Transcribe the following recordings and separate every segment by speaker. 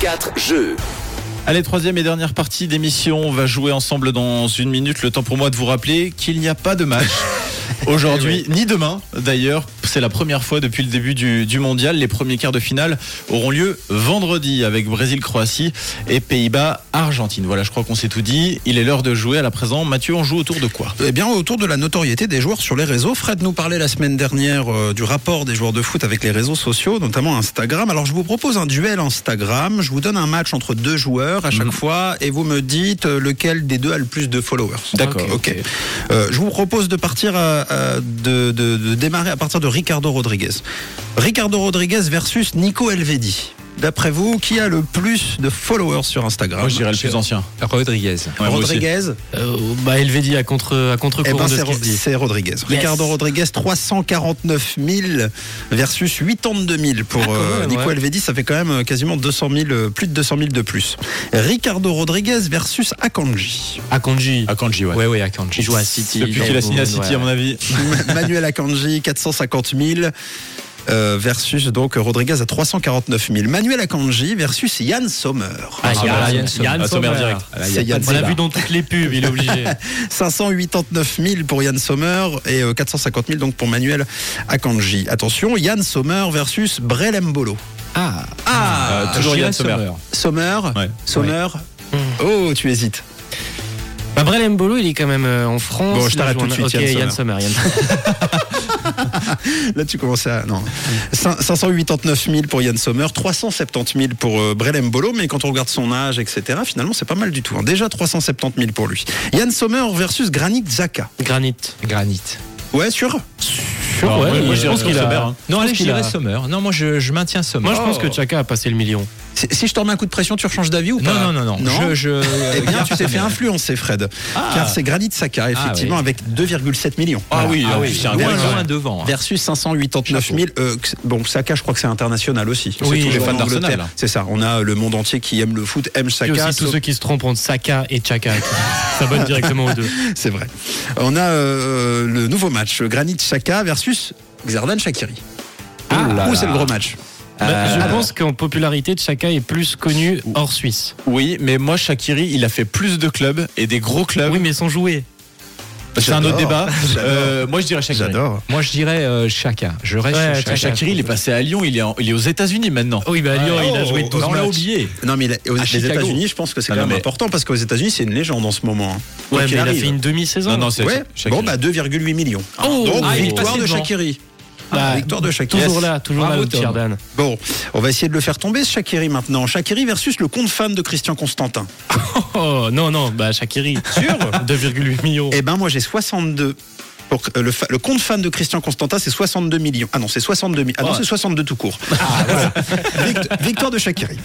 Speaker 1: 4 jeux.
Speaker 2: Allez, troisième et dernière partie d'émission. On va jouer ensemble dans une minute. Le temps pour moi de vous rappeler qu'il n'y a pas de match. Aujourd'hui, ni demain d'ailleurs, c'est la première fois depuis le début du, du mondial. Les premiers quarts de finale auront lieu vendredi avec Brésil-Croatie et Pays-Bas-Argentine. Voilà, je crois qu'on s'est tout dit. Il est l'heure de jouer à la présent. Mathieu, on joue autour de quoi
Speaker 3: Eh bien, autour de la notoriété des joueurs sur les réseaux, Fred nous parlait la semaine dernière euh, du rapport des joueurs de foot avec les réseaux sociaux, notamment Instagram. Alors, je vous propose un duel Instagram. Je vous donne un match entre deux joueurs à chaque
Speaker 2: Mhm.
Speaker 3: fois et vous me dites euh, lequel des deux a le plus de followers.
Speaker 2: D'accord,
Speaker 3: Ok.
Speaker 2: ok.
Speaker 3: Euh, je vous propose de partir à- à- de, de- de démarrer à partir de Ricardo Rodriguez. Ricardo Rodriguez versus Nico Elvedi. D'après vous, qui a le plus de followers sur Instagram
Speaker 2: Moi, je dirais le plus ancien.
Speaker 4: Rodriguez.
Speaker 2: Ouais, moi aussi.
Speaker 3: Rodriguez.
Speaker 4: Euh, bah, Elvedi à contre à contre
Speaker 3: Eh ben,
Speaker 4: courant de
Speaker 3: c'est
Speaker 4: ce qui
Speaker 3: Ro-
Speaker 4: se dit.
Speaker 3: c'est Rodriguez. Ricardo Rodriguez, 349 000 versus 82 000 pour
Speaker 4: Ah, quand
Speaker 3: euh,
Speaker 4: même,
Speaker 3: Nico
Speaker 4: ouais.
Speaker 3: Elvedi. Ça fait quand même euh, quasiment 200 000, euh, plus de 200 000 de plus. Ricardo Rodriguez versus Akanji.
Speaker 4: Akanji.
Speaker 2: À Kanji, Ah, ouais.
Speaker 4: Ouais ouais Akanji. Il joue à City.
Speaker 2: Depuis qu'il a signé à City, à mon avis.
Speaker 3: Ma- Manuel Akanji, 450 000. euh, versus donc Rodriguez à 349 000. Manuel Akanji versus Yann Sommer.
Speaker 4: Ah, il y a-
Speaker 2: Ah,
Speaker 4: il y a
Speaker 2: Yann
Speaker 4: une
Speaker 2: Sommer.
Speaker 4: Yann
Speaker 2: Ah, Sommer
Speaker 4: Sommer.
Speaker 2: direct.
Speaker 4: Ah, là,
Speaker 3: C'est
Speaker 4: il y a
Speaker 3: Yann
Speaker 4: pas de- On l'a
Speaker 3: Sommer.
Speaker 4: vu dans toutes les pubs, il est obligé.
Speaker 3: 589 000 pour Yann Sommer et euh, 450 000 donc pour Manuel Akanji. Attention, Yann Sommer versus Brelembolo.
Speaker 4: Ah,
Speaker 3: Ah,
Speaker 2: Euh, toujours
Speaker 4: J'irais
Speaker 2: Yann Sommer.
Speaker 4: Sommer.
Speaker 3: Sommer,
Speaker 2: Ouais.
Speaker 3: Sommer. Oh, tu hésites.
Speaker 4: bah, Brel Mbolo, il est quand même euh, en France.
Speaker 3: Bon, je
Speaker 4: Il a
Speaker 3: t'arrête
Speaker 4: joué
Speaker 3: tout de
Speaker 4: en-
Speaker 3: suite,
Speaker 4: Ok,
Speaker 3: Yann
Speaker 4: Yann Sommer. Yann Sommer.
Speaker 3: Là, tu commences à. Non. Cin- 589 000 pour Yann Sommer, 370 000 pour euh, Brelem Bolo, mais quand on regarde son âge, etc., finalement, c'est pas mal du tout. hein. Déjà 370 000 pour lui. Yann Sommer versus Granit Zaka.
Speaker 4: Granit.
Speaker 5: Granit.
Speaker 3: Ouais, sûr
Speaker 2: Ah,
Speaker 4: Ouais,
Speaker 2: moi,
Speaker 4: il-
Speaker 2: moi, je
Speaker 4: je
Speaker 2: pense
Speaker 4: pense
Speaker 2: qu'il
Speaker 4: qu'il
Speaker 2: a.
Speaker 4: a-
Speaker 5: Non,
Speaker 4: Je
Speaker 5: allez,
Speaker 4: pense qu'il
Speaker 5: j'irai
Speaker 4: a-
Speaker 5: Sommer. Non, moi, je, je maintiens Sommer.
Speaker 4: Moi, je pense
Speaker 2: Oh.
Speaker 4: que Chaka a passé le million.
Speaker 3: si, si je te remets un coup de pression, tu rechanges d'avis ou pas
Speaker 5: Non, non, non, non. Je, je,
Speaker 3: Eh bien,
Speaker 5: garde
Speaker 3: tu t'es
Speaker 5: Sommer.
Speaker 3: fait influencer, Fred. Car c'est Granit Saka, effectivement,
Speaker 5: oui.
Speaker 3: avec 2,7 millions.
Speaker 2: Ah oui, ah oui, c'est un
Speaker 5: Loin,
Speaker 3: Ouais,
Speaker 2: direct, ouais.
Speaker 5: loin devant. hein.
Speaker 3: Versus 589 000. euh, que- bon, Saka, je crois que c'est international aussi. C'est
Speaker 2: Oui,
Speaker 3: toujours
Speaker 2: les fans
Speaker 3: en Angleterre.
Speaker 2: d'Arsenal.
Speaker 3: C'est ça. On a euh, le monde entier qui aime le foot, aime
Speaker 4: Et
Speaker 3: Saka.
Speaker 4: aussi tous ceux qui se trompent entre Saka et Chaka. Ça bonne directement aux deux.
Speaker 2: Euh.
Speaker 3: C'est vrai. On a euh, le nouveau match, Granit Saka versus Xherdan Shakiri. Où c'est le gros match
Speaker 4: Bah, je pense qu'en popularité, Chaka est plus connu hors Suisse.
Speaker 2: Oui, mais moi, Shakiri, il a fait plus de clubs et des gros clubs.
Speaker 4: Oui, mais sans jouer.
Speaker 2: C'est un autre
Speaker 3: J'adore.
Speaker 2: débat. Euh, moi, je dirais Shakiri.
Speaker 3: J'adore.
Speaker 5: Moi, je dirais euh, Chaka. Je reste
Speaker 4: Ouais,
Speaker 5: sur Chaka.
Speaker 2: Ah, Shakiri, il est passé à Lyon, il est, en- il est aux États-Unis maintenant.
Speaker 4: Oui, bah Lyon, il a
Speaker 2: Oh,
Speaker 4: joué
Speaker 2: bah,
Speaker 4: 12
Speaker 2: on l'a
Speaker 4: matchs.
Speaker 2: oublié.
Speaker 3: Non, mais il a- aux-
Speaker 5: À
Speaker 3: les
Speaker 5: Chicago.
Speaker 3: États-Unis, Ah, je pense que c'est
Speaker 2: Ah
Speaker 3: quand
Speaker 2: non,
Speaker 3: même
Speaker 2: mais-
Speaker 3: important parce qu'aux États-Unis, c'est une légende en ce moment. hein. Quoi
Speaker 4: Ouais, mais
Speaker 3: qu'il
Speaker 4: il a
Speaker 3: arrive.
Speaker 4: fait une demi-saison.
Speaker 2: Non, non, c'est
Speaker 3: Ouais.
Speaker 2: Shakiri.
Speaker 3: Bon, bah 2,8 millions.
Speaker 4: Oh,
Speaker 3: Donc,
Speaker 4: ah, il est
Speaker 3: victoire
Speaker 4: passé
Speaker 3: de
Speaker 4: devant.
Speaker 3: Shakiri.
Speaker 4: Bah,
Speaker 3: Ah, victoire de Shakiri.
Speaker 4: Toujours là, toujours
Speaker 5: Bravo,
Speaker 4: là,
Speaker 5: Tom.
Speaker 4: Pierre Dan.
Speaker 3: Bon, on va essayer de le faire tomber, ce Shakiri, maintenant. Shakiri versus le compte fan de Christian Constantin.
Speaker 4: Oh non, non, bah Shakiri. Sûr 2,8 millions.
Speaker 3: Eh ben, moi, j'ai 62. Pour, euh, le, fa- le compte fan de Christian Constantin, c'est 62 millions. Ah non, c'est 62 mi- Ah non,
Speaker 2: Ouais.
Speaker 3: c'est 62 tout court.
Speaker 4: Ah,
Speaker 3: Vict- victoire de Shakiri.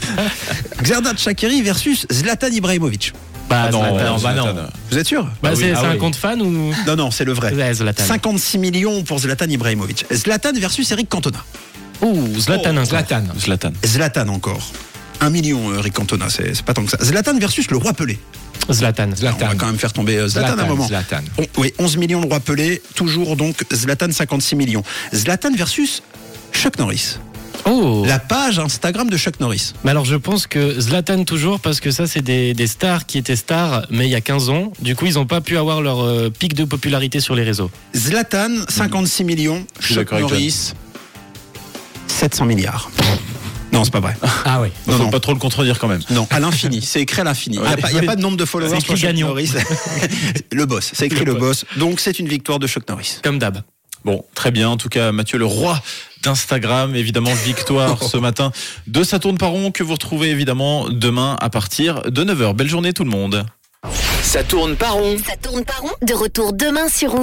Speaker 3: Xherdan Shakiri versus Zlatan Ibrahimovic.
Speaker 4: Bah,
Speaker 2: non,
Speaker 4: Zlatan.
Speaker 2: non, bah non.
Speaker 5: Zlatan.
Speaker 3: Vous êtes sûr
Speaker 4: Bah,
Speaker 5: Bah
Speaker 4: c'est
Speaker 5: oui, ah
Speaker 4: c'est un
Speaker 5: oui.
Speaker 4: compte fan ou
Speaker 3: Non, non, c'est le vrai.
Speaker 4: Ouais, Zlatan.
Speaker 3: 56 millions pour Zlatan Ibrahimovic. Zlatan versus Eric Cantona.
Speaker 4: Ouh, Zlatan. encore.
Speaker 5: Zlatan.
Speaker 2: Zlatan. hein,
Speaker 3: Zlatan encore. 1 million, euh, Eric Cantona, c'est c'est pas tant que ça. Zlatan versus le roi Pelé.
Speaker 4: Zlatan.
Speaker 3: On va
Speaker 5: Zlatan.
Speaker 3: quand même faire tomber euh, Zlatan, à un moment.
Speaker 5: Zlatan.
Speaker 3: On- oui, 11 millions de rois pelés, toujours donc Zlatan 56 millions. Zlatan versus Chuck Norris.
Speaker 4: Oh
Speaker 3: La page Instagram de Chuck Norris.
Speaker 4: Mais alors je pense que Zlatan toujours parce que ça c'est des, des stars qui étaient stars mais il y a 15 ans. Du coup ils n'ont pas pu avoir leur euh, pic de popularité sur les réseaux.
Speaker 3: Zlatan 56 millions,
Speaker 2: Je suis
Speaker 3: Chuck
Speaker 2: d'accord avec toi.
Speaker 3: Norris 700 milliards. Non, c'est pas vrai.
Speaker 5: Ah oui.
Speaker 3: Non,
Speaker 2: Faut
Speaker 3: non.
Speaker 2: pas trop le contredire quand même.
Speaker 3: Non, à l'infini, c'est écrit à l'infini. Il n'y a, pas- il y a pas de nombre de followers
Speaker 4: C'est
Speaker 3: pour
Speaker 4: écrit
Speaker 3: Chuck
Speaker 4: gagnant.
Speaker 3: Norris. le boss, c'est écrit le, boss. Donc c'est une victoire de Chuck Norris.
Speaker 4: Comme d'hab.
Speaker 2: Bon, très bien. En tout cas, Mathieu, le roi d'Instagram, évidemment, victoire ce matin de sa tourne par rond que vous retrouvez évidemment demain à partir de 9h. Belle journée tout le monde.
Speaker 1: Ça tourne pas rond.
Speaker 6: Ça tourne pas rond. De retour demain sur Rouge.